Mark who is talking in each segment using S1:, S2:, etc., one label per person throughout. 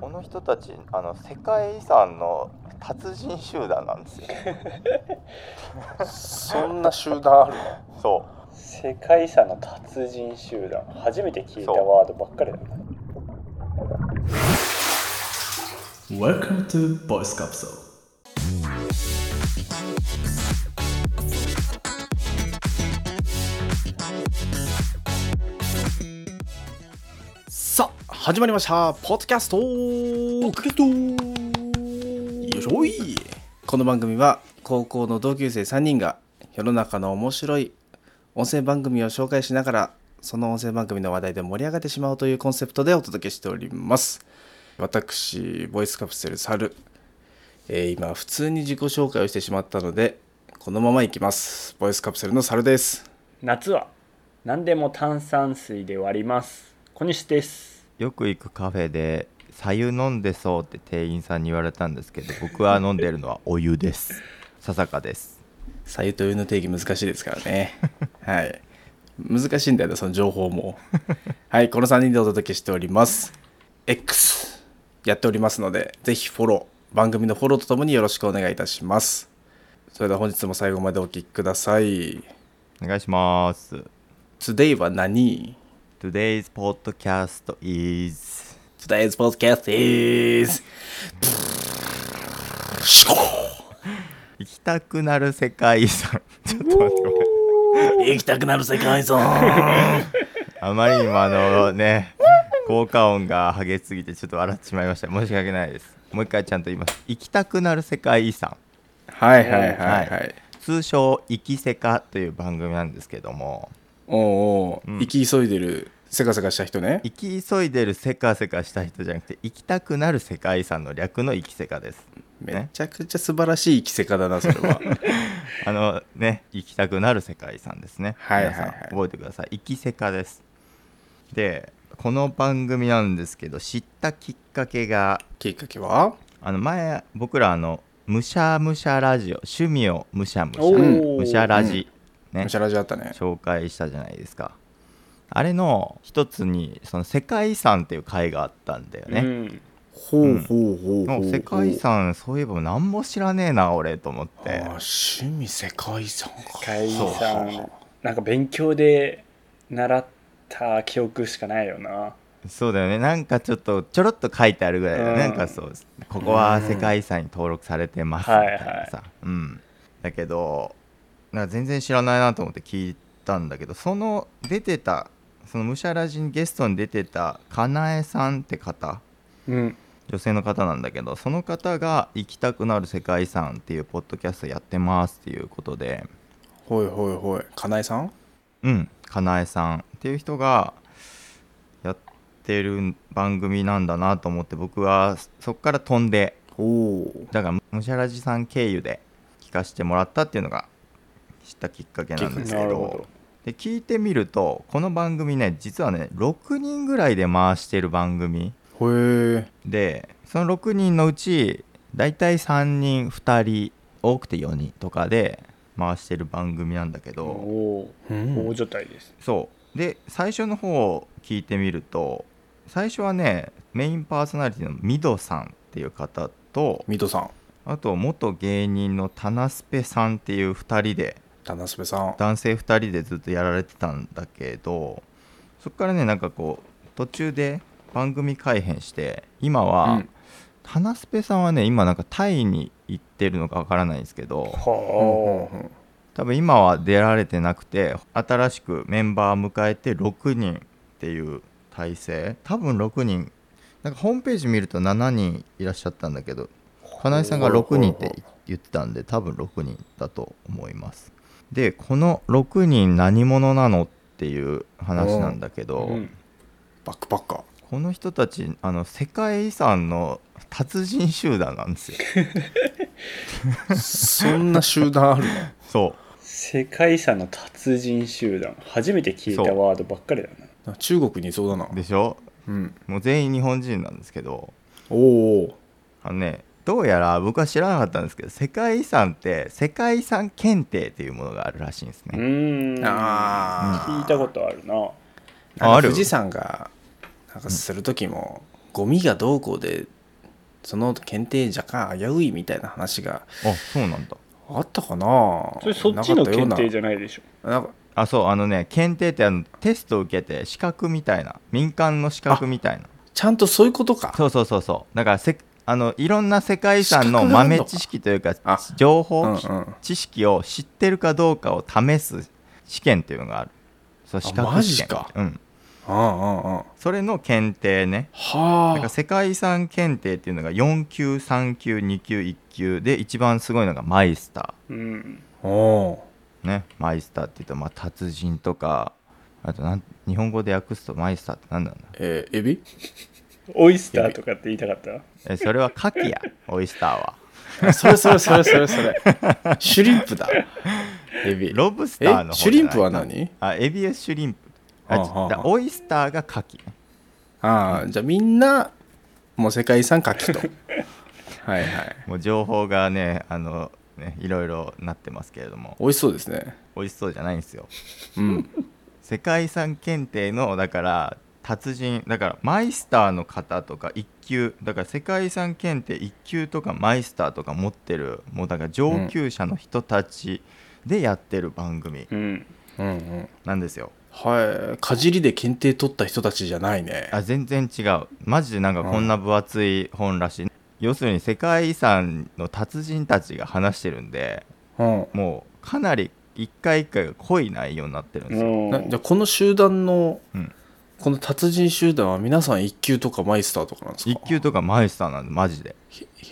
S1: この人たちあの世界遺産の達人集団なんですよ
S2: そんな集団ある
S1: そ
S3: 世界遺産の達人集団初めて聞いた
S1: そう
S3: ワードばっかりだな
S4: Welcome to Voice Capsule. さあ始まりましたポッドキャストよいしょいこの番組は高校の同級生3人が世の中の面白い音声番組を紹介しながらその音声番組の話題で盛り上がってしまおうというコンセプトでお届けしております私ボイスカプセル猿、えー今普通に自己紹介をしてしまったのでこのままいきますボイスカプセルの猿です
S3: 夏は何でも炭酸水で割ります小西です
S1: うよく行くカフェで「白湯飲んでそう」って店員さんに言われたんですけど僕は飲んでるのはお湯です笹香です
S4: 左右というの定義難しいですからね はい難しいんだよなその情報もはいこの3人でお届けしております X やっておりますのでぜひフォロー番組のフォローとともによろしくお願いいたしますそれでは本日も最後までお聴きください
S1: お願いします
S4: Today は何
S1: Today's podcast is
S4: Today's podcast is
S1: 行きたくなる世界遺産ちょっと待ってごめん
S4: 行きたくなる世界遺産
S1: あまりにもあのね効果音が激しすぎてちょっと笑ってしまいました申し訳ないですもう一回ちゃんと言います行きたくなる世界遺産
S4: はいはいはいはい、
S1: はい通称「行きせか」という番組なんですけども
S4: おうおう、
S1: うん
S4: 行き急いでるせかせかした人ね
S1: 行き急いでるせかせかした人じゃなくて行きたくなる世界遺産の略の行きせかです
S4: めちゃくちゃ素晴らしい行きせかだなそれは
S1: あのね行きたくなる世界遺産ですね
S4: はいはいはい
S1: 皆さん覚えてください行きせかですでこの番組なんですけど知ったきっかけが
S4: きっかけは
S1: あの前僕らあの「むしゃむしゃラジオ」趣味をむしゃむしゃ
S3: おー
S1: むしゃラジ、ね
S4: むしゃらじあったね
S1: 紹介したじゃないですかあれの一つにその世界遺産っていう回があったんだよね、
S3: ん、
S4: ほ
S1: う
S4: ほうほ
S1: もう世界遺産そういえば何も知らねえな俺と思っ
S4: あ
S1: て
S4: ー趣味世界遺産か
S3: 世界遺
S1: そう
S3: 産なんか勉強で習った記憶しかないよな
S1: そうだよねなんかちょっとちょろっと書いてあるぐらいだよね、な
S3: うん
S1: んかそうここは世界遺産に登録されてますみたいなさ、
S3: はい
S1: うん、だけどなんか全然知らないなと思って聞いたんだけどその出てたそのむしゃらじにゲストに出てたかなえさんって方
S3: うん
S1: 女性の方なんだけどその方が「行きたくなる世界遺産」っていうポッドキャストやってますっていうことで
S4: ほいほいほいかなえさん
S1: うんかなえさんっていう人がやってる番組なんだなと思って僕はそこから飛んで
S4: おお
S1: だからむしゃらじさん経由で聞かせてもらったっていうのが知ったきっかけなんですけ
S3: な
S1: ど
S3: るほ
S1: で聞いてみるとこの番組ね実はね6人ぐらいで回してる番組
S4: ほえ
S1: でその6人のうち大体3人2人多くて4人とかで回してる番組なんだけど
S3: どお
S4: う
S3: お大
S4: ん
S3: 所帯です
S1: そうで最初の方を聞いてみると最初はねメインパーソナリティのミドさんっていう方と
S4: ミトさん
S1: あと元芸人のタナスペさんっていう2人で
S4: 田中さん
S1: 男性2人でずっとやられてたんだけどそっからねなんかこう途中で番組改編して今は、
S4: うん
S1: タナスペさんはね今なんかタイに行ってるのかわからないんですけど
S3: は
S4: うんうんうん
S1: 多分今は出られてなくて新しくメンバー迎えて6人っていう体制多分6人なんかホームページ見ると7人いらっしゃったんだけど金井さんが6人って言ってたんで多分6人だと思いますでこの6人何者なのっていう話なんだけ
S3: あ、
S1: ど、
S3: うん、
S4: バックパッカ
S1: この人たちあの世界遺産の達人集団なんですよ
S4: ーそんな集団あるね
S1: そう
S3: 世界遺産の達人集団初めて聞いた
S1: そう
S3: ワードばっかりだな
S4: なんか 中国にいそうだな
S1: でしょ
S4: うん
S1: もう全員日本人なんですけど
S4: おーおー
S1: あのねどうやら僕は知らなかったんですけど世界遺産って世界遺産検定っていうものがあるらしいんです
S3: う
S1: ね、
S3: ーん
S4: あー
S3: 聞いたことあるな
S4: なんか
S1: ある
S4: 富士山がなんかする時も、ゴミがどうこうでその検定若干危ういみたいな話が
S1: あそうなんだ
S4: あったかな
S3: それそっちの検定じ
S4: ゃ
S3: ゃないでしょ
S4: なんか
S1: あそうあのね検定ってあのテスト受けて資格みたいな民間の資格みたいな
S4: ちゃんとそういうことか
S1: そうそうそうそうだからせあのいろんな世界遺産の
S4: 資格があんの
S1: 豆
S4: か
S1: 知識というか
S4: あ
S1: 情報、
S4: うんうん
S1: 知識を知ってるかどうかを試す試験っていうのがあるそう資格
S4: マ
S1: 試
S4: ジ
S1: 験
S4: か
S1: うん
S4: うんうんうんは
S1: それの検定ねだから
S4: あ
S1: 世界遺産検定っていうのが4級3級2級1級で一番すごいのがマイスタ
S3: うん
S4: おお
S1: ーねマイスターっていうとまあ達人とかあとなん日本語で訳すとマイスターって何なんだ
S4: ーえーエビ
S3: オイスターとかって言いたかった
S1: えそれは牡蠣や オイスターは
S4: それそれそれそれそれ シュリンプだエビ
S1: ロブスターの方
S4: えシュリンプは何
S1: あエビエスシュリンプあ
S4: はあはあ
S1: だオイスターが牡蠣ね
S4: ああじゃあみんなもう世界遺産書きとはいはい
S1: もう情報がねあのねいろいろなってますけれども
S4: 美味しそうですね
S1: 美味しそうじゃないんですよ
S4: うん
S1: 世界遺産検定のだから達人だからマイスターの方とか一級だから世界遺産検定一級とかマイスターとか持ってるもうだから上級者の人たちでやってる番組
S3: うん
S4: うんうん
S1: なんですよ、
S4: はいかじりで検定取った人たちじゃないね
S1: あ全然違うマジでなんかこんな分厚い本らしい、要するに世界遺産の達人たちが話してるんで
S4: うん
S1: もうかなり一回一回が濃い内容になってるんですよ、
S3: もう
S4: なじゃあこの集団の、
S1: うん
S4: この達人集団は皆さん1級とかマイスターとかなんですか
S1: 一級とかマイスターなんでマジで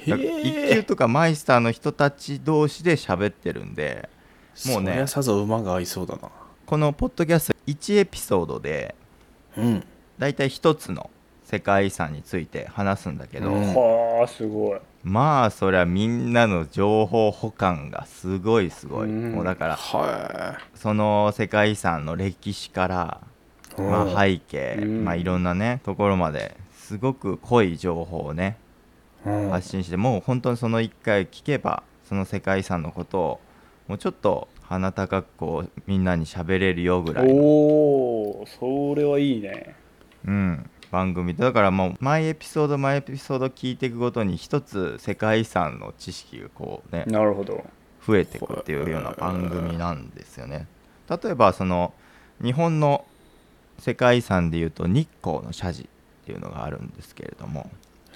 S4: へ
S1: だから一級
S4: え
S1: とかマイスターの人たち同士で喋ってるんでもうね
S4: そりゃさぞ馬が合いそうだな
S1: このポッドキャスト1エピソードで
S4: うん
S1: だいたい1つの世界遺産について話すんだけど、
S4: うん
S3: はあすごい
S1: まあそりゃみんなの情報保管がすごいすごい、
S3: うん
S1: もうだから
S4: は
S1: その世界遺産の歴史から、
S4: い、
S1: ま
S4: うん
S1: あ、背景、
S3: うん
S1: まあ、いろんなねところまですごく濃い情報をね
S4: うん
S1: 発信してもう本当にその1回聞けばその世界遺産のことをもうちょっと鼻高くこうみんなに喋れるよぐらいの、
S3: おおそれはいいね
S1: うん、番組でだからもう毎エピソード毎エピソード聞いていくごとに一つ世界遺産の知識がこうね
S3: なるほど
S1: 増えていくっていうような番組なんですよね。例えばその日本の世界遺産でいうと日光の社寺っていうのがあるんですけれども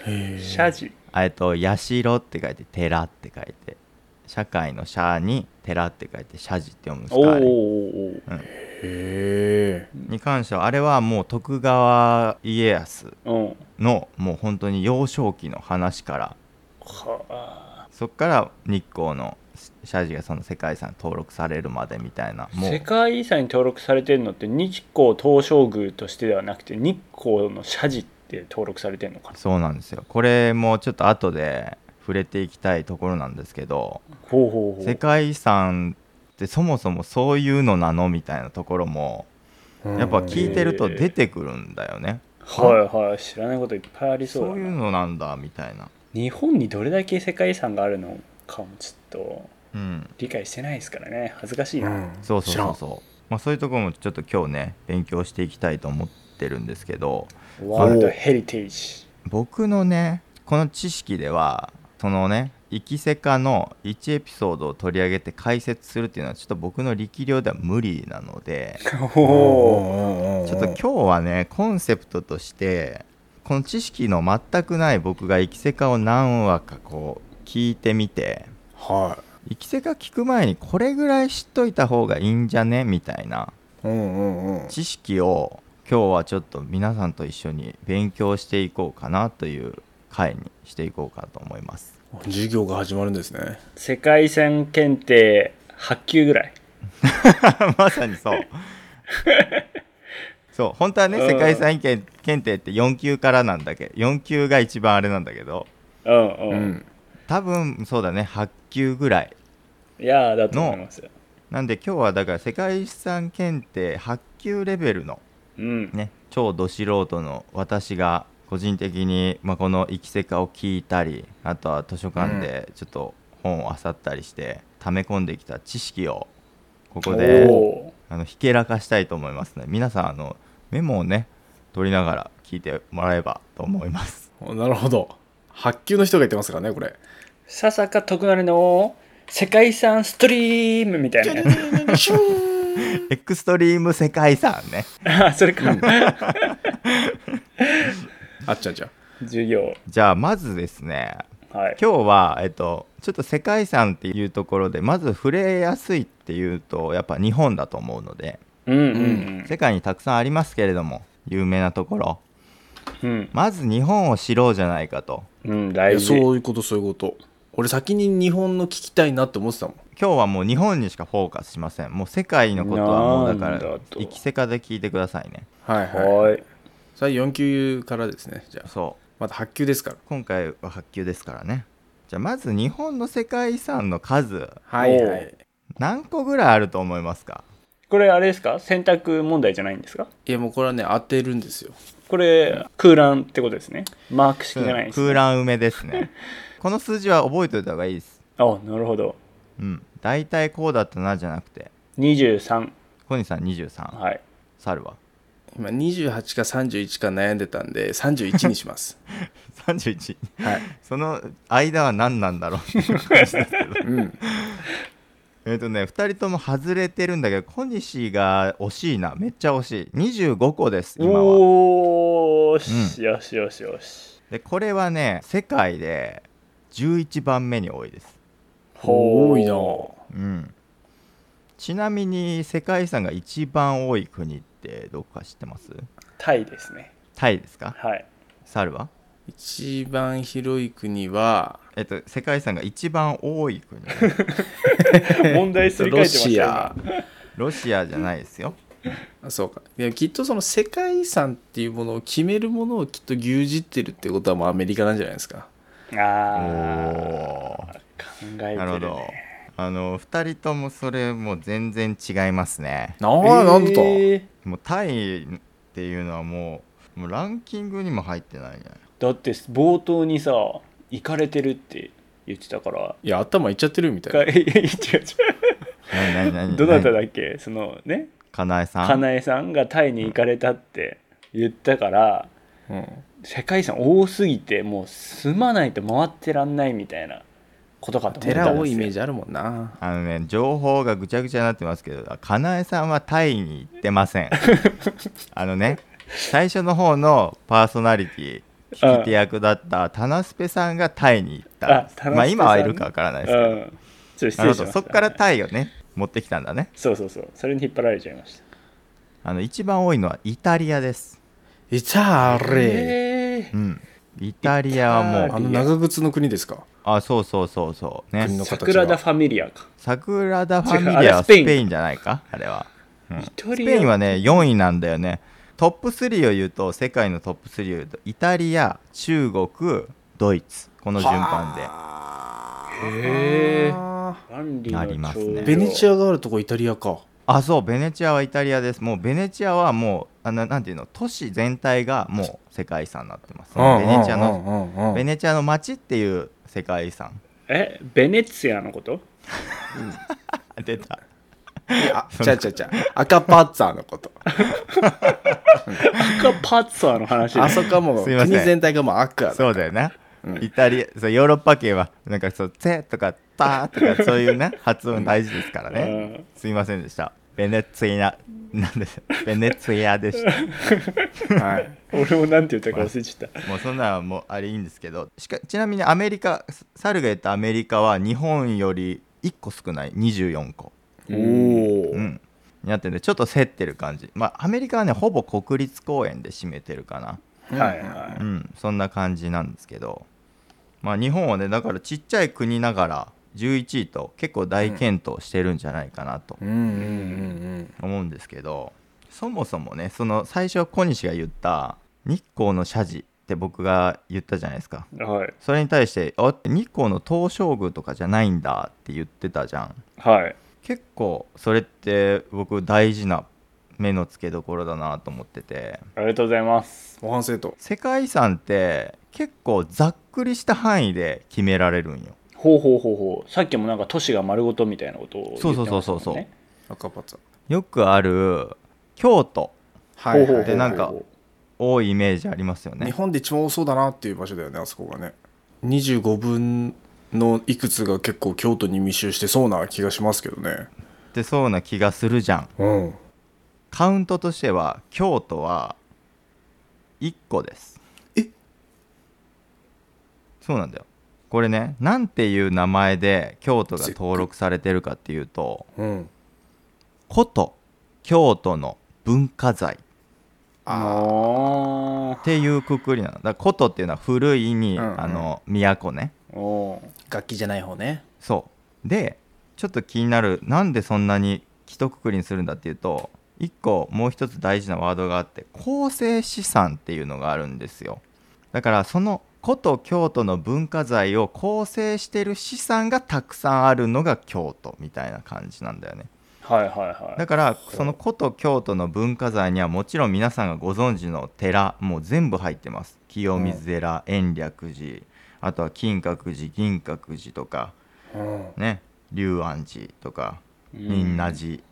S4: へえ
S3: 謝辞
S1: えっと「社」って書いて「寺」って書いて社会の「社」に「寺」って書いて「社寺」って読むんです
S3: おー
S1: か
S3: お
S1: あれ
S3: ーおー
S4: へえ
S1: に関してはあれはもう徳川家康
S3: おーうん
S1: のもう本当に幼少期の話から
S3: はあ
S1: そっから日光の社寺がその世界遺産登録されるまでみたいなもう
S3: 世界遺産に登録されてるのって日光東照宮としてではなくて日光の社寺って登録されてるのかな
S1: そうなんですよこれもちょっと後で触れていきたいところなんですけど
S3: ほうほうほ
S1: 世
S3: う
S1: 界遺産ってそもそもそういうのなのみたいなところもやっぱ聞いてると出てくるんだよね
S3: はいはい知らないこといっぱいありそうだ
S1: そ
S3: な
S1: ういうのなんだみたいな
S3: 日本にどれだけ世界遺産があるのかもちょっと
S1: うん
S3: 理解してないですからね恥ずかしいな、
S4: うん
S1: そうそう
S4: 知
S1: そ
S4: ら
S1: うんそうまあそういうところもちょっと今日ね勉強していきたいと思ってるんですけど
S3: ワールドヘリテージ
S1: 僕のねこの知識ではそのね「生きせか」の1エピソードを取り上げて解説するっていうのはちょっと僕の力量では無理なので
S3: おお
S4: お
S1: ちょっと今日はねコンセプトとしてこの知識の全くない僕が「生きせか」を何話かこう聞いてみて
S4: は
S1: 「生きせか」聞く前にこれぐらい知っといた方がいいんじゃねみたいない
S4: うんうんうん
S1: 知識を今日はちょっと皆さんと一緒に勉強していこうかなという回にしていこうかと思います。
S4: 授業が始まるんですね
S3: 世界遺産検定8級ぐらい
S1: まさに そう。そう本当はね
S3: うん
S1: 世界遺産検検定って4級からなんだけど4級が一番あれなんだけど
S3: うんうん、
S1: 多分そうだね8級ぐらい
S3: いやーだと思いますよ
S1: なんで今日はだから世界遺産検定8級レベルの
S3: うん、
S1: ね超ど素人の私が個人的に、まあ、この「生きせか」を聞いたりあとは図書館でちょっと本を漁ったりして溜め込んできた知識をここで
S3: おー
S1: あのひけらかしたいと思いますね皆さんあのメモをね取りながら聞いてもらえばと思い ます。
S4: なるほど発球の人が言ってますからねこ れ
S3: ささか徳成の世界遺産ストリームみたいなや
S1: エクストリーム世界遺産ね。
S3: つあそれか、
S4: あっちゃんじゃん
S3: 授業
S1: じゃあまずですね、
S3: はい
S1: 今日は、えっと、ちょっと世界遺産っていうところでまず触れやすいっていうとやっぱ日本だと思うので
S3: うんうん
S1: 世界にたくさんありますけれども有名なところ
S3: うん
S1: まず日本を知ろうじゃないかと
S3: うん
S4: い
S3: 大
S4: や
S3: 事
S4: そういうことそういうこと俺先に日本の聞きたいなって思ってたもん
S1: 今日はもう日本にしかフォーカスしませんもう世界のことはもうだか
S3: なんだ
S1: ら
S3: と
S1: 生きせかで聞いてくださいね
S4: はいはい
S3: はい
S4: それ4球からですねじゃあ
S1: そう
S4: また8球ですから
S1: 今回は発球ですからねじゃあまず日本の世界遺産の数
S4: はいはい
S1: 何個ぐらいあると思いますか
S3: これあれですか選択問題じゃないんですか
S4: いやもうこれはね当てるんですよ
S3: これ空欄ってことですねマーク式じゃないです、ね、
S1: 空欄埋めです ねこの数字は覚えておいた方がいいです
S3: あなるほど
S1: うん大体こうだったなじゃなくて
S3: 23
S1: 小西さん23
S3: はい
S1: 猿は
S4: 今28か31か悩んでたんで31にします
S1: 31
S4: はい
S1: その間は何なんだろう
S4: うん
S1: えっとね2人とも外れてるんだけど小西が惜しいなめっちゃ惜しい25個です今は
S3: おおし、よしよしよし
S1: でこれはね世界で11番目に多いです
S3: ほう
S4: 多いな
S1: うんちなみに世界遺産が一番多い国ってどこか知ってます
S3: タイですね
S1: タイですか
S3: はい
S1: 猿は
S4: 一番広い国は
S1: えっと世界遺産が一番多い国
S3: 問題すり替えてま
S4: ロ
S3: したよ
S4: シ
S3: 今
S4: ア
S1: ロシアじゃないですよ
S4: あそうかいやきっとその世界遺産っていうものを決めるものをきっと牛耳ってるってことはもうアメリカなんじゃないですか
S1: お
S3: あ
S1: ー
S3: あ考えてる、ね、
S1: なるほどあの2人ともそれもう全然違いますね
S4: なあ、なんだと
S3: えー
S1: もうタイっていうのはもうもうランキングにも入ってないん じゃない
S3: だって冒頭にさ行かれてるって言ってたから
S4: いや頭いっちゃってるみたい
S3: か
S4: な
S3: 違う違
S1: 何何
S3: う
S1: 何
S3: どなただっけそのね
S1: かなえさん
S3: かなえさんがタイに行かれたって言ったから
S4: うん
S3: 世界遺産多すぎてもう住まないと回ってらんないみたいなことかと思った
S4: 寺
S3: ん
S4: 多
S3: で
S4: いイ
S3: す
S4: メー
S3: よ
S4: ジあるもんな
S1: あのね情報がぐちゃぐちゃになってますけどかなえさんはタイに行ってま せんあのね最初の方のパーソナリティ聞き手役だったタナスペさんがタイに行ったんです
S3: あタナスペさんね
S1: まあ今はいるかわからないですけど、
S3: うんちょっと失
S1: なる
S3: 礼
S1: ほど
S3: しました
S1: そっからタイをね持ってきたんだね
S3: そうそうそうそれに引っ張られちゃいました
S1: あの一番多いのはイタリアです、
S4: いたあれ
S3: え
S1: うん、イタリアは
S3: イタ
S1: も
S4: あ
S1: う
S4: の長靴の国ですか
S1: あそうそうそうそうね
S4: 国の
S3: ー、サ
S4: 形
S3: クラダ・ファミリアか
S1: サグラダ・ファミリ
S3: 違う
S1: ア
S3: あ
S1: は
S3: れ
S1: ス
S3: スペイン
S1: ペインじゃないかあれは、うん
S3: イ
S1: ス
S3: タリア
S1: ペインはね4位なんだよねトップ3を言うと世界のトップ3を言うとイタリア中国ドイツこの順番で
S3: へえ
S4: あ
S3: ランリ
S1: なりますね
S4: ーベネチ
S3: ア
S4: アがあるとこイタリアか
S1: あそうベネチアはイタリアですもうベネチアはもうあのなんていうの都市全体がもう世界遺産になってます、ベネチアの
S4: の
S1: ベネチアの街っていう世界遺産
S3: えベネツィアのこと
S1: 出た
S4: あちゃうちゃうちゃう赤パッツァーの こと
S3: アカパッツァーの話
S4: あそこはもう
S1: すいません
S4: 国全体がもう赤だ
S1: そうだよね、イタリアそうヨーロッパ系はなんかそう「チェ」とか「タ」とかそういうね発音大事ですからね、
S3: うん
S1: すいませんでしたベネツィアなんでベネツィアでした
S4: はい
S3: 俺もなんて言ったか忘れちゃった
S1: もうそんなんはもうあれいいんですけどしかちなみにアメリカサルが言ったアメリカは日本より1個少ない24個
S4: お
S1: う
S4: お
S1: んになっててちょっと競ってる感じまあアメリカはねほぼ国立公園で占めてるかな
S3: はいは
S1: うん、そんな感じなんですけど、まあ、日本はねだからちっちゃい国ながら11位と結構大健闘してるんじゃないかなと
S4: うんうんうん
S1: 思うんですけど、そもそもねその最初小西が言った日光の社寺って僕が言ったじゃないですか
S3: いはい
S1: それに対して「あ日光の東照宮とかじゃないんだ」って言ってたじゃん
S3: はい
S1: 結構それって僕大事な目の付けどころだなと思ってて
S3: ありがとうございます
S4: 模範生徒
S1: 世界遺産って結構ざっくりした範囲で決められるんよ
S3: ほうほうほうほうさっきもなんか都市が丸ごとみたいなことを言ってましたもんね
S1: そうそうそうそうそう
S4: 赤パッツァ
S1: よくある京都
S4: はい
S3: ほうほうほうほう
S1: でなんか多いイメージありますよ
S2: 日
S1: ね
S2: 本で一番多そうだなっていう場所だよねあそこがね
S4: 25分
S2: のいくつが結構京都に密集してそうな気がしますけどね
S1: でそうな気がするじゃん
S2: うん
S1: カウントとしては京都は1個です
S2: え
S1: そうなんだよこれねなんていう名前で京都が登録されてるかっていうと
S2: うん
S1: 古都京都の文化財
S3: あ
S1: っていうくくりなのだから古都っていうのは古いに、
S2: うんうん
S1: あの都ね
S3: ーおー
S4: 楽器じゃない方ね
S1: そうでちょっと気になるなんでそんなに一括りにするんだっていうと一個もう一つ大事なワードがあって構成資産っていうのがあるんですよだからその古都京都の文化財を構成してる資産がたくさんあるのが京都みたいな感じなんだよね
S3: はいはいは
S1: だからその古都京都の文化財にはもちろん皆さんがご存知の寺もう全部入ってます清水寺延暦寺あとは金閣寺銀閣寺とか
S2: うん
S1: ね龍安寺とか
S3: い
S1: 仁和寺、うん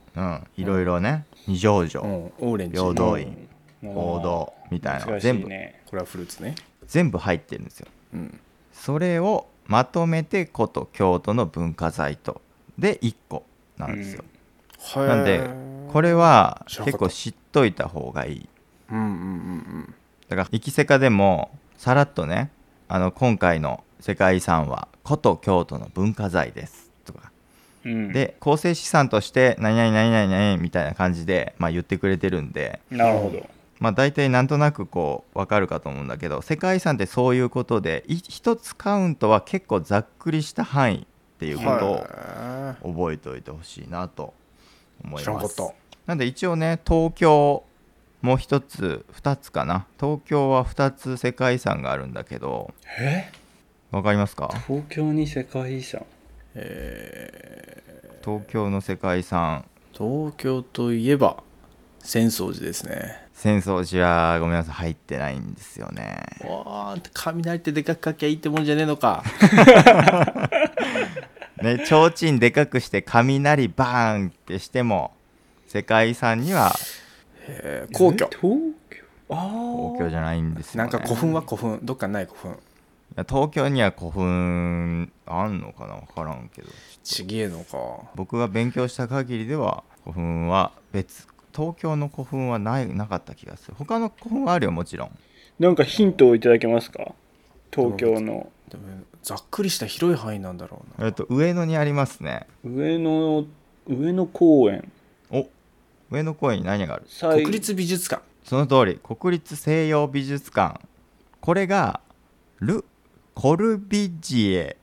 S1: いろいろいろね二条城、
S2: うん
S4: オーレンジ
S1: 平等院
S3: うん
S1: 王道みたいな
S3: 難し
S1: 全
S3: い
S1: 部
S3: ね
S4: これはフルーツね
S1: 全部入ってるんですよ
S4: うん
S1: それをまとめて古都京都の文化財とで1個なんですよ、
S2: は
S1: なんでこれは
S2: 知らなか
S1: 結
S2: った
S1: 構知っといた方がいい
S2: うんうんうん
S1: だから「いきせか」でもさらっとねあの今回の世界遺産は古都京都の文化財ですとか
S3: うん
S1: で構成資産として何々何々何々みたいな感じで、まあ、言ってくれてるんで、
S3: なるほど
S1: まあ、大体なんとなくこう分かるかと思うんだけど世界遺産ってそういうことでい一つカウントは結構ざっくりした範囲っていう
S2: うん
S1: こ
S2: は
S1: とを覚えておいてほしいなと思
S2: い
S1: い
S2: 知らん
S1: ま
S2: かっ
S1: す。
S2: た
S1: なんで一応ね東京もう一つ二つかな東京は二つ世界遺産があるんだけど
S3: え
S1: わかりますか
S3: 東京に世界遺産
S1: 東京の世界遺産
S4: 東京といえば浅草寺ですね
S1: 浅草寺はごめんなさい入ってないんですよね
S4: わー雷ってでかく書きゃいいってもんじゃねえのか
S1: ね提灯でかくして雷バーンってしても世界遺産には
S2: えー皇居
S3: 東京
S1: 東京じゃないんですよ、
S2: なん
S1: ね、
S2: か古墳は古墳どっかにない古墳
S1: いや東京には古墳あんのかな分からんけど
S2: ちげえのか
S1: 僕が勉強した限りでは古墳は別東京の古墳はないなかった気がする他の古墳はあるよもちろん
S3: なんかヒントをいただけますか東京の
S2: でもざっくりした広い範囲なんだろうな
S1: えっと上野にありますね
S3: 上野上野公園
S1: お上野公園に何がある
S3: 最
S4: 国立美術館
S1: その通り国立西洋美術館これがル・コルビジエ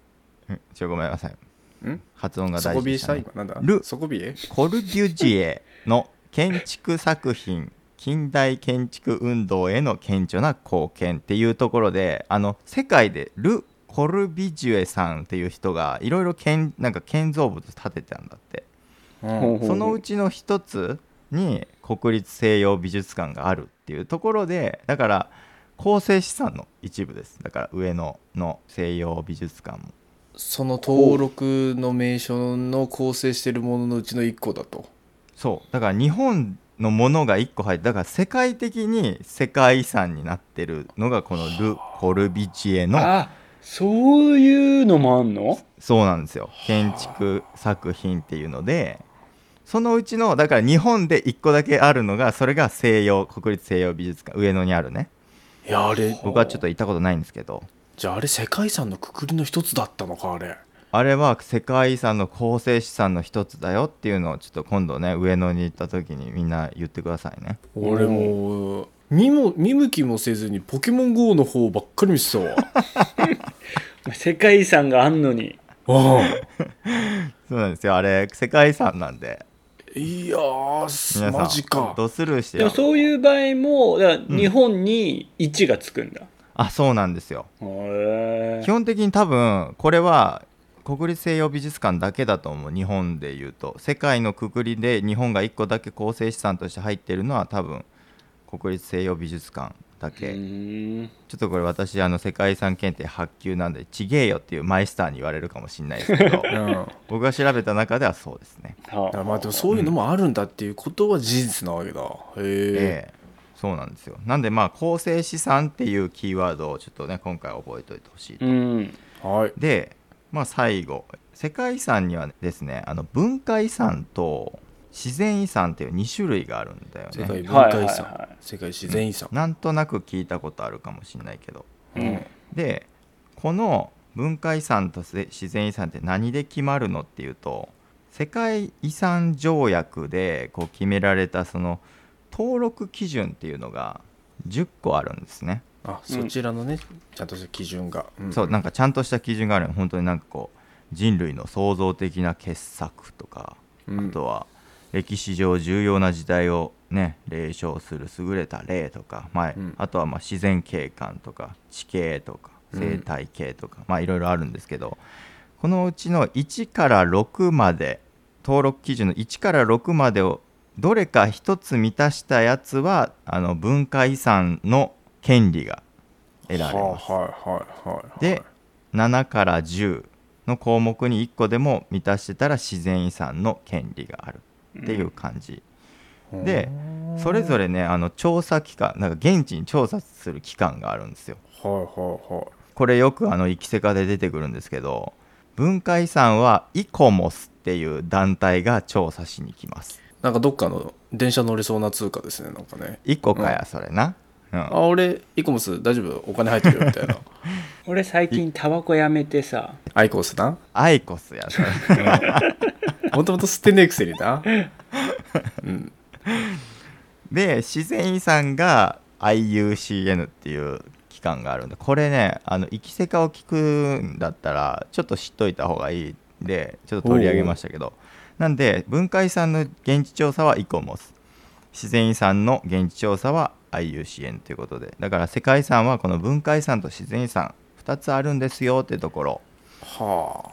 S1: んちょごめんなさい
S2: ん
S1: 発音が
S2: ソ
S1: 大
S2: コ
S1: 事
S2: ビエ
S1: で
S2: し
S1: したた、ね
S2: 今、なんだ
S1: ル
S2: ソコビエ
S1: コルビュジエの建築作品近代建築運動への顕著な貢献っていうところであの世界でル・コルビジュエさんっていう人がいろいろ建なんか建造物建てたんだって
S2: うん
S1: そのうちの一つに国立西洋美術館があるっていうところでだから構成資産の一部ですだから上野の西洋美術館も
S4: その登録の名所の構成してるもののうちの1個だと
S1: そうだから日本のものが1個入ってだから世界的に世界遺産になってるのがこのル・コルビチエの
S3: あそういうのもあんの
S1: そうなんですよ建築作品っていうのでそのうちのだから日本で1個だけあるのがそれが西洋国立西洋美術館上野にあるね
S2: いやあれ
S1: 僕はちょっと行ったことないんですけど
S2: じゃああれ世界遺産のくくりの一つだったのかあれ
S1: あれは世界遺産の構成資産の一つだよっていうのをちょっと今度ね上野に行った時にみんな言ってくださいね
S2: 俺もう見も見向きもせずにポケモン GO の方ばっかり見てたわ
S3: 世界遺産があんのに
S2: う
S1: そうなんですよあれ世界遺産なんで
S2: んいやーす
S1: 皆さん
S2: マジか
S1: ドスルーして
S3: で
S1: よ
S3: もそういう場合もだから日本に1がつくんだ、
S1: あそうなんですよ
S3: へえ
S1: 基本的に多分これは国立西洋美術館だけだと思う日本でいうと世界のくくりで日本が1個だけ構成資産として入ってるのは多分国立西洋美術館だけ、
S3: うん
S1: ちょっとこれ私あの世界遺産検定発給なんで「ちげえよ」っていうマイスターに言われるかもしれないですけ ど
S2: うん
S1: 僕が調べた中ではそうですね
S3: は
S2: あまあでもそういうのもあるんだっていうことは事実なわけだへえ
S1: ええそうなんですよなんでまあ構成資産っていうキーワードをちょっとね今回覚えておいてほしいと、
S3: うん
S2: はい。
S1: で、まあ、最後世界遺産にはですねあの文化遺産と自然遺産っていう2種類があるんだよ
S4: 世界
S1: ね
S4: 文
S3: は
S4: 化遺
S3: いはいは
S4: 産
S3: い、
S4: 世界自然遺産。
S1: なんとなく聞いたことあるかもしれないけど
S3: うん
S1: でこの文化遺産とせ自然遺産って何で決まるのっていうと世界遺産条約でこう決められたその登録基準っていうのが10個あるんですね、
S4: あ、そちらのね、ちゃんとした基準が。ん
S1: そうなんかちゃんとした基準があるの本当になんかこう人類の創造的な傑作とか
S2: うん
S1: あとは歴史上重要な時代をね霊障する優れた例とか、まあ
S2: うん
S1: あとはまあ自然景観とか地形とか
S2: うん
S1: 生態系とか、まあいろいろあるんですけどこのうちの1から6まで登録基準の1から6までをどれか1つ満たしたやつはあの文化遺産の権利が得られます。
S2: はいはいはいはい。
S1: で、7から10の項目に1個でも満たしてたら自然遺産の権利があるっていう感じ、でそれぞれねあの調査機関なんか現地に調査する機関があるんですよ
S2: はいはいはい。
S1: これよくあの「いきせか」で出てくるんですけど文化遺産はイコモスっていう団体が調査しに来ます
S4: なんかどっかの電車乗れそうな通貨ですね、なんかね。
S1: イコかやそれな、うん
S4: あ、俺、イコモス大丈夫お金入ってるよみた いな。
S3: 俺最近タバコやめてさ
S4: アイコモスな。
S1: アイコスやそれ
S4: もともと吸ってねえくせにな。
S1: で自然遺産が IUCN っていう機関があるんでこれねあの「いきせか」を聞くんだったらちょっと知っといた方がいいんでちょっと取り上げましたけどなんで文化遺産の現地調査はイコモス自然遺産の現地調査は IUCN ということでだから世界遺産はこの文化遺産と自然遺産2つあるんですよってところ
S4: は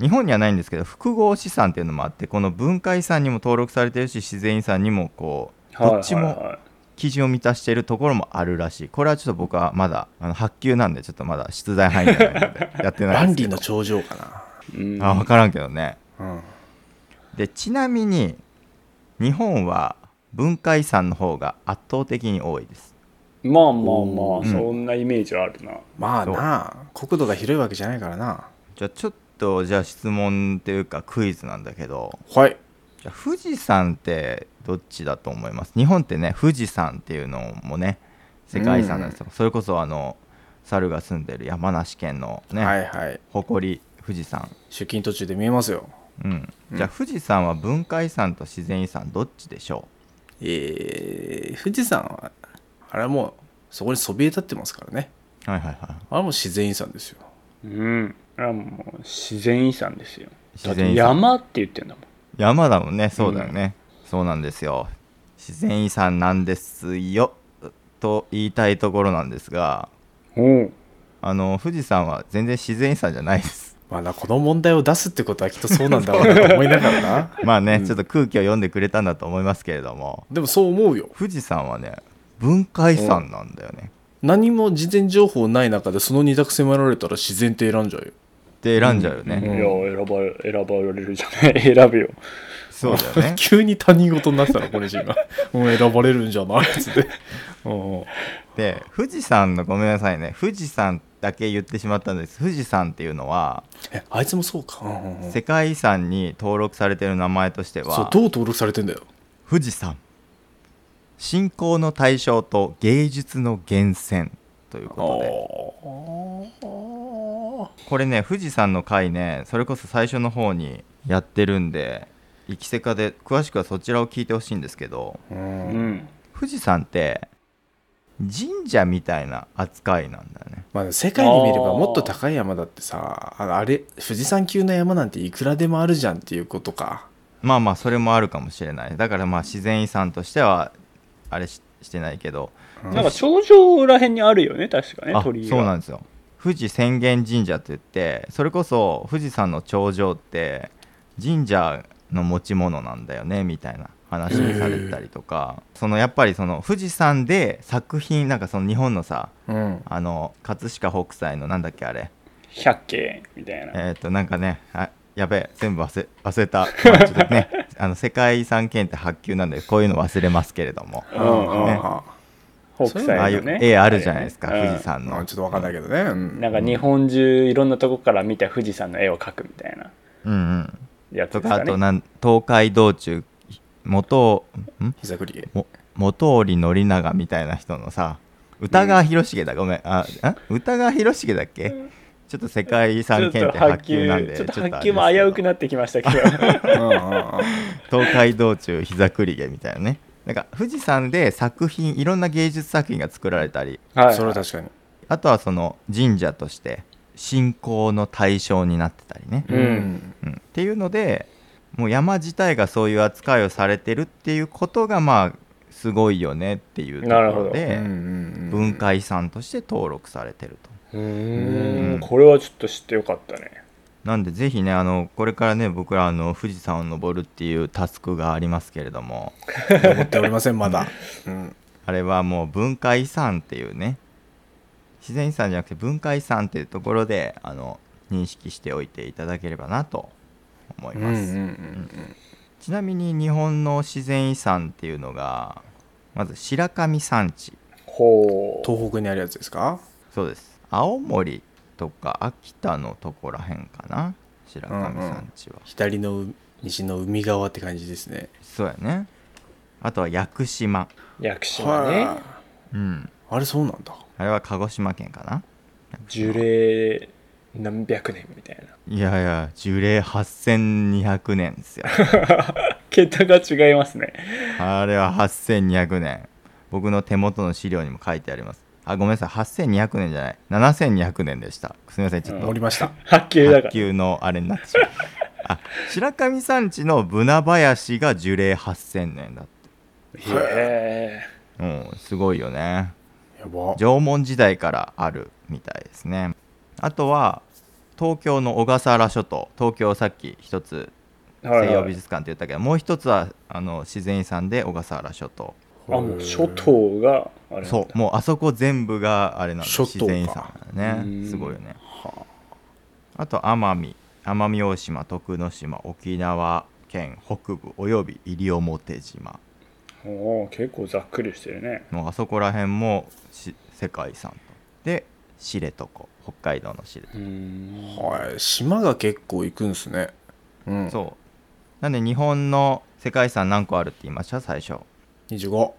S1: 日本にはないんですけど複合資産っていうのもあってこの文化遺産にも登録されてるし自然遺産にもこうどっち
S3: はいはい
S1: も
S3: はい
S1: 基準を満たしているところもあるらしいこれはちょっと僕はまだあの発給なんでちょっとまだ出題範囲じゃないのでやって
S4: あ。
S1: な
S4: ラ
S1: いですけ
S4: ンリー
S1: ど
S4: の頂上か
S3: うん
S1: あ分からんけどね
S4: な。うん。
S1: でちなみに日本は文化遺産の方が圧倒的に多いです
S3: まあまあまあ、
S1: ん
S3: そんなイメージはあるな。
S4: まあな、国土が広いわけじゃないからな。
S1: じゃあちょっとじゃあ質問というかクイズなんだけど
S2: はい。
S1: じゃあ富士山ってどっちだと思います日本ってね富士山っていうのもね世界遺産なんですよ、それこそあの猿が住んでる山梨県のね、
S4: はいはい。
S1: 誇り富士山
S4: 出勤途中で見えますよ。
S1: うん、じゃあ富士山は文化遺産と自然遺産どっちでしょ
S4: えー、富士山は、あれはもう、そこにそびえ立ってますからね。
S1: うはいはいはい
S4: あれはもう自然遺産ですよ。
S3: うん。あもう自然遺産ですよ。だ
S1: 自
S3: って
S1: 然遺産
S3: 山って言ってんだもん。
S1: 山だもんねそうだよね、そうなんですよ自然遺産なんですよと言いたいところなんですが
S3: おう
S1: あの富士山は全然自然遺産じゃない です
S4: まあな、この問題を出すってことはきっとそうなんだろうなと思いながらな。
S1: まあね、
S4: うん
S1: ちょっと空気を読んでくれたんだと思いますけれども
S4: でもそう思うよ。
S1: 富士山はね文化遺産なんだよね、
S4: 何も事前情報ない中でその二択迫られたら自然って選んじゃうよ。
S1: って選んじゃうよね、
S3: いや、選ばれ、選ばれるじゃない。 選ぶよ。
S1: そうだよね
S4: 急に他人事になってたら、これ自が。 もう選ばれるんじゃないっつって。うんうん
S1: で富士山のごめんなさいね富士山だけ言ってしまったんです富士山っていうのは
S4: え、あいつもそうか。うんうんうん
S1: 世界遺産に登録されている名前として
S4: そう
S1: は、
S4: どう登録されてんだよ。
S1: 富士山信仰の対象と芸術の源泉ということでこれね富士山の回ねそれこそ最初の方にやってるんで「いきせか」で詳しくはそちらを聞いてほしいんですけど
S4: う
S3: うんん。
S1: 富士山って神社みたいな扱いなんだよね
S4: まあ、世界に見ればもっと高い山だってさあのあれ富士山級の山なんていくらでもあるじゃんっていうことか
S1: まあまあそれもあるかもしれないだからまあ自然遺産としてはあれししてないけど
S3: なんか頂上らへんにあるよね、確かね、
S1: あ
S3: 鳥居が。
S1: そうなんですよ富士浅間神社って言ってそれこそ富士山の頂上って神社の持ち物なんだよねみたいな話にされてたりとかそのやっぱりその富士山で作品なんかその日本のさ
S4: うん
S1: あの葛飾北斎のなんだっけあれ
S3: 百景みたいな。
S1: えーっとなんかねあやべえ全部忘れ忘れた、まあちょっとねあの世界遺産検定発給なんでこういうの忘れますけれども
S3: うんうん
S1: ね
S4: あ
S3: 北斎
S1: ああい
S3: の
S1: う
S3: ね
S1: 絵あるじゃないですか、
S3: うん
S1: 富士山
S2: まあ
S1: の
S2: ちょっとわかんないけどね、うん
S3: なんか日本中いろんなとこから見た富士山の絵を描くみたいな
S1: うんうん
S3: やつ
S1: と
S3: です
S1: か
S3: か
S1: あと
S3: ね。
S1: なん東海道中元ん
S4: 膝栗毛
S1: も元織宣長みたいな人のさ歌川広重だ、ごめんあん歌川広重だっけ、ちょっと世界遺
S3: ちょ
S1: 産
S3: っと
S1: 検定
S3: 発
S1: 発給
S3: 球
S1: なんで
S3: ちょっと
S1: あれです
S3: 発
S1: け
S3: 球
S1: ど
S3: も危うくなってきま したけ
S2: う
S3: ど
S2: んうんうん
S1: 東海道中膝栗毛みたいなねなんか富士山で作品いろんな芸術作品が作られたり
S3: はい
S2: それは確かに
S1: あとはその神社として信仰の対象になってたりね、
S3: うん
S1: うんっていうのでもう山自体がそういう扱いをされてるっていうことがまあすごいよねっていうとこ
S3: なるほ
S1: ろ
S3: ど
S1: で、文
S2: 文
S1: 化遺産として登録されてると。
S3: うー
S1: うん
S3: んこれはちょっと知ってよかったね
S1: なんでぜひねあのこれからね僕らあの富士山を登るっていうタスクがありますけれども
S2: 思っておりませんまだ、うん、
S1: あれはもう文化遺産っていうね自然遺産じゃなくて文化遺産っていうところであの認識しておいていただければなと思い
S2: うんうんう
S1: ます、
S2: ん
S1: ちなみに日本の自然遺産っていうのがまず白神山地
S3: ほう
S2: 東北にあるやつですか
S1: そうです青森とか秋田のとこらへんかな白神山地は、
S4: 左の海西の海側って感じですね
S1: そうやねあとは屋久島
S3: 屋久島ね
S1: うん
S2: あれそうなんだ
S1: あれは鹿児島県かな
S3: 樹齢何百年みたいない
S1: やいや樹齢8200年です よ
S3: 桁が違いますね
S1: あれは8200年僕の手元の資料にも書いてありますあごめんなさい8200年じゃない7200年でしたすみませんちょっと
S2: 盛りました
S3: 発球だか
S1: 卓
S3: ら
S1: 球のあれになってしまう あ白神山地のブナ林が樹齢8000年だっ
S3: へ
S1: てうんすごいよね
S2: やば
S1: 縄文時代からあるみたいですねあとは東京の小笠原諸島東京さっき一つ
S3: えはい
S1: 西洋
S3: は
S1: 美
S3: い
S1: 術館って言ったけど、もう一つはあの自然遺産で小笠原諸島
S3: あもう諸島があれなんだ
S1: そうもうあそこ全部があれなんだ
S2: 諸
S1: 自
S2: 島か
S1: 然遺産なんだ
S3: う
S1: ね
S3: ん
S1: すごいよねあと奄美奄美大島徳之島沖縄県北部および西表島
S3: おー結構ざっくりしてるね
S1: もうあそこら辺もし世界遺産とで知床北海道の知床、
S3: うーん
S2: はい島が結構行くんですねうん
S1: そうなんで日本の世界遺産何個あるって言いました最初
S2: 25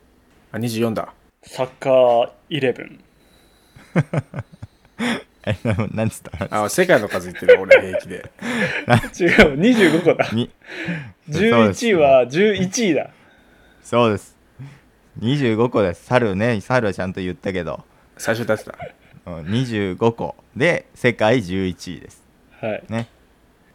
S2: あ24だ
S3: サッカーイレブン
S1: えななんつった
S2: あ世界の数言ってる俺平気で
S3: 違う25個だ
S1: に
S3: 11位は11位だ
S1: そうです25個です猿ね猿はちゃんと言ったけど
S2: 最初出した
S1: うん25個で世界11位です
S3: はい
S1: ね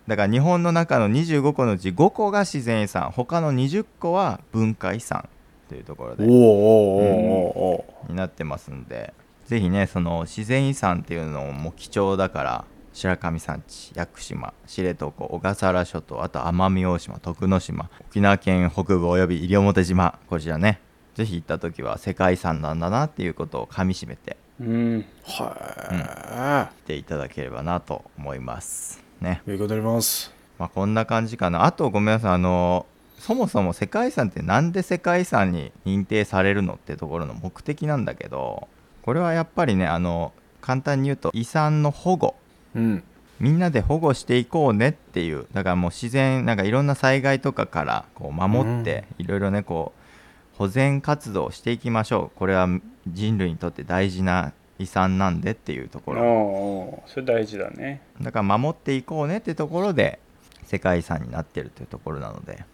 S1: だから日本の中の25個のうち5個が自然遺産他の20個は文化遺産というところ
S2: お
S1: で
S2: ーおーおーおーお
S1: になってますんでぜひねその自然遺産っていうのも貴重だから白神山地屋久島知床小笠原諸島あと奄美大島徳之島沖縄県北部および西表島こちらねぜひ行った時は世界遺産なんだなっていうことをかみしめて
S3: うん
S2: ーは
S1: 行っていただければなと思いますね
S2: い勉強になります
S1: まあ、こんな感じかなあとごめんなさいあのそもそも世界遺産ってなんで世界遺産に認定されるのってところの目的なんだけどこれはやっぱりねあの簡単に言うと遺産の保護
S2: うん
S1: みんなで保護していこうねっていうだからもう自然なんかいろんな災害とかからこう守って、いろいろねこう保全活動をしていきましょうこれは人類にとって大事な遺産なんでっていうところ
S3: おーおーそれ大事だね
S1: だから守っていこうねってところで世界遺産になってるというところなので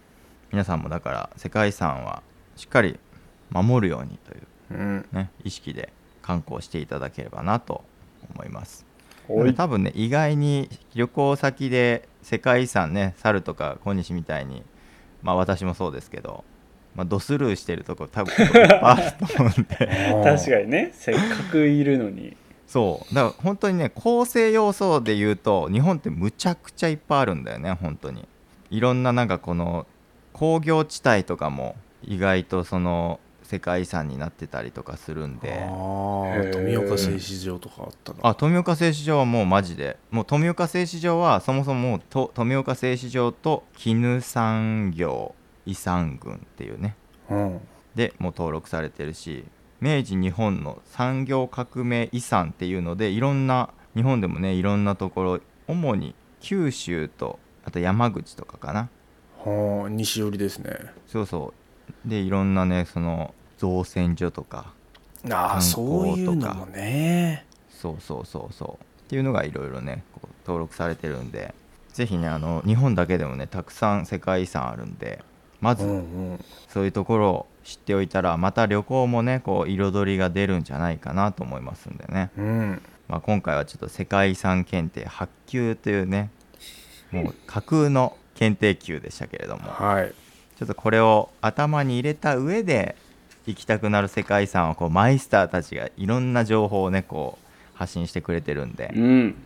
S1: 皆さんもだから世界遺産はしっかり守るようにとい
S2: うん
S1: うね意識で観光していただければなと思います
S3: おい
S1: 多分ね意外に旅行先で世界遺産ね猿とか小西みたいにまあ私もそうですけど、まあ、ドスルーしてるとこ多分いっぱいあると思うんで
S3: 確かにねせっかくいるのに
S1: そうだから本当にね構成要素で言うと日本ってむちゃくちゃいっぱいあるんだよね本当にいろんななんかこの工業地帯とかも意外とその世界遺産になってたりとかするん
S2: あ
S1: で
S2: ー
S3: へー
S2: 富岡製糸場とかあったな
S1: あ富岡製糸場はもうマジでもう富岡製糸場はそもそももうと富岡製糸場と絹産業遺産群っていうね
S2: うん
S1: でもう登録されてるし明治日本の産業革命遺産っていうのでいろんな日本でもねいろんなところ主に九州とあと山口とかかな
S4: はあ西寄りですね
S1: そうそうでいろんなねその造船所とか観光
S4: あ
S1: とか
S4: あそういうのもね
S1: そうそうそうそうっていうのがいろいろねここ登録されてるんでぜひねあの日本だけでもねたくさん世界遺産あるんでま
S4: う
S1: ず
S4: んうん
S1: そういうところを知っておいたらまた旅行もねこう彩りが出るんじゃないかなと思いますんでね、
S4: うん
S1: まあ、今回はちょっと世界遺産検定8級というねもう架空の検定級でしたけれども
S4: はい
S1: ちょっとこれを頭に入れた上で行きたくなる世界遺産をこうマイスターたちがいろんな情報をねこう発信してくれてるんで
S3: うん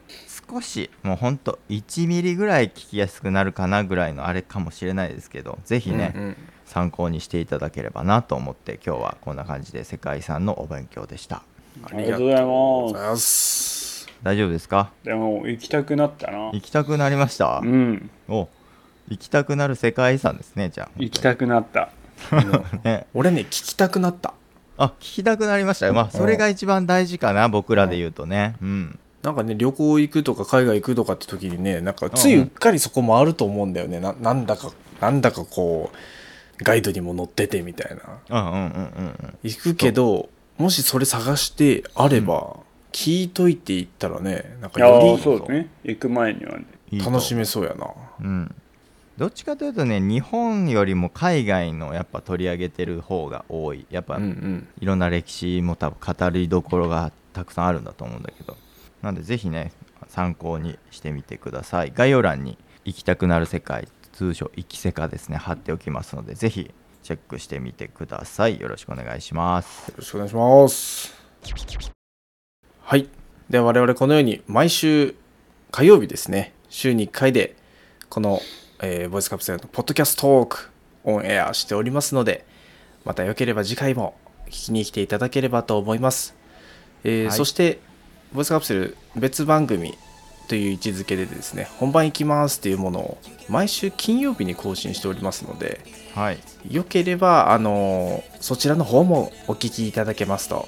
S1: 少しもうほんと1ミリぐらい聞きやすくなるかなぐらいのあれかもしれないですけどぜひね、
S4: うんうん
S1: 参考にしていただければなと思って今日はこんな感じで世界遺産のお勉強でした
S3: ありがとうございます
S4: ます
S1: 大丈夫ですか
S3: でも行きたくなったな
S1: 行きたくなりました
S3: うん
S1: お行きたくなる世界遺産ですねじゃあ
S3: 行きたくなった
S1: ね
S4: 俺ね聞きたくなった
S1: あ聞きたくなりましたよまあそれが一番大事かな僕らで言うとねうん
S4: なんかね旅行行くとか海外行くとかって時にねなんかついうっかりそこもあると思うんだよねななんだかなんだかこうガイドにも載っててみたいな
S1: うんうんうんうん
S4: 行くけどもしそれ探してあれば、聞いといていったらねなんか
S3: ああ
S4: よ
S3: ーそうですね行く前にはね
S1: うん
S4: り楽しめそうやな
S1: うん、どっちかというとね日本よりも海外のやっぱ取り上げてる方が多いやっぱ、
S4: うんうん
S1: いろんな歴史も多分語りどころがたくさんあるんだと思うんだけどなんでぜひね参考にしてみてください概要欄に「行きたくなる世界」通称「行き世界」ですね貼っておきますのでぜひチェックしてみてくださいよろしくお願いします
S4: よろしくお願いしますはいでは我々このように毎週火曜日ですね週に1回でこの、えーボイスカプセルのポッドキャストトークオンエアしておりますのでまたよければ次回も聞きに来ていただければと思います、えー
S1: はい
S4: そ
S1: そ
S4: し
S1: して
S4: ボイスカプセル別番組という位置づけでですね本番行きますというものを毎週金曜日に更新しておりますので
S1: はい
S4: よければ、あのーそちらの方もお聞きいただけますと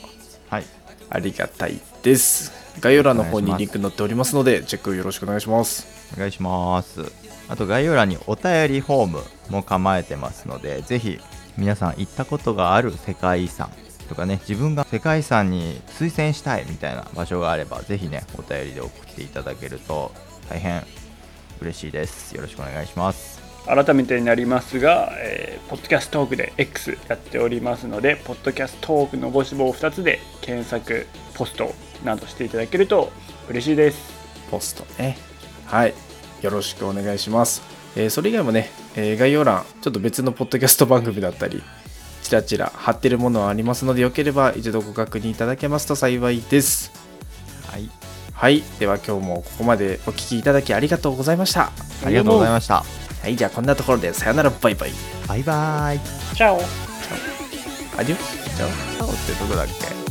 S1: はい
S4: ありがたいです。概要欄の方
S1: お
S4: に
S1: 願い
S4: リ
S1: します
S4: ンク載っておりますので、チェックよろしくお願いします。
S1: お願いしますあと概要欄にお便りフォームも構えてますのでぜひ皆さん行ったことがある世界遺産とかね自分が世界遺産に推薦したいみたいな場所があればぜひねお便りで送っていただけると大変嬉しいですよろしくお願いします
S3: 改めてになりますが、えーポッドキャストトークで X やっておりますので、ポッドキャストトークのご志望2つで検索、ポストなどしていただけると嬉しいです。
S4: ポストね。はい。よろしくお願いします。えーそれ以外もね、えー概要欄、ちょっと別のポッドキャスト番組だったり、ちらちら貼ってるものはありますので、よければ一度ご確認いただけますと幸いです。
S1: はい
S4: はい。では今日もここまでお聞きいただきありがとうございました。
S1: ありがとうございました
S4: はい。じゃあこんなところで、さよなら、バイバイ。
S1: バイバイ
S3: チャオ
S4: アディオス。じゃ
S1: あ
S4: あ
S1: おってどこだっけ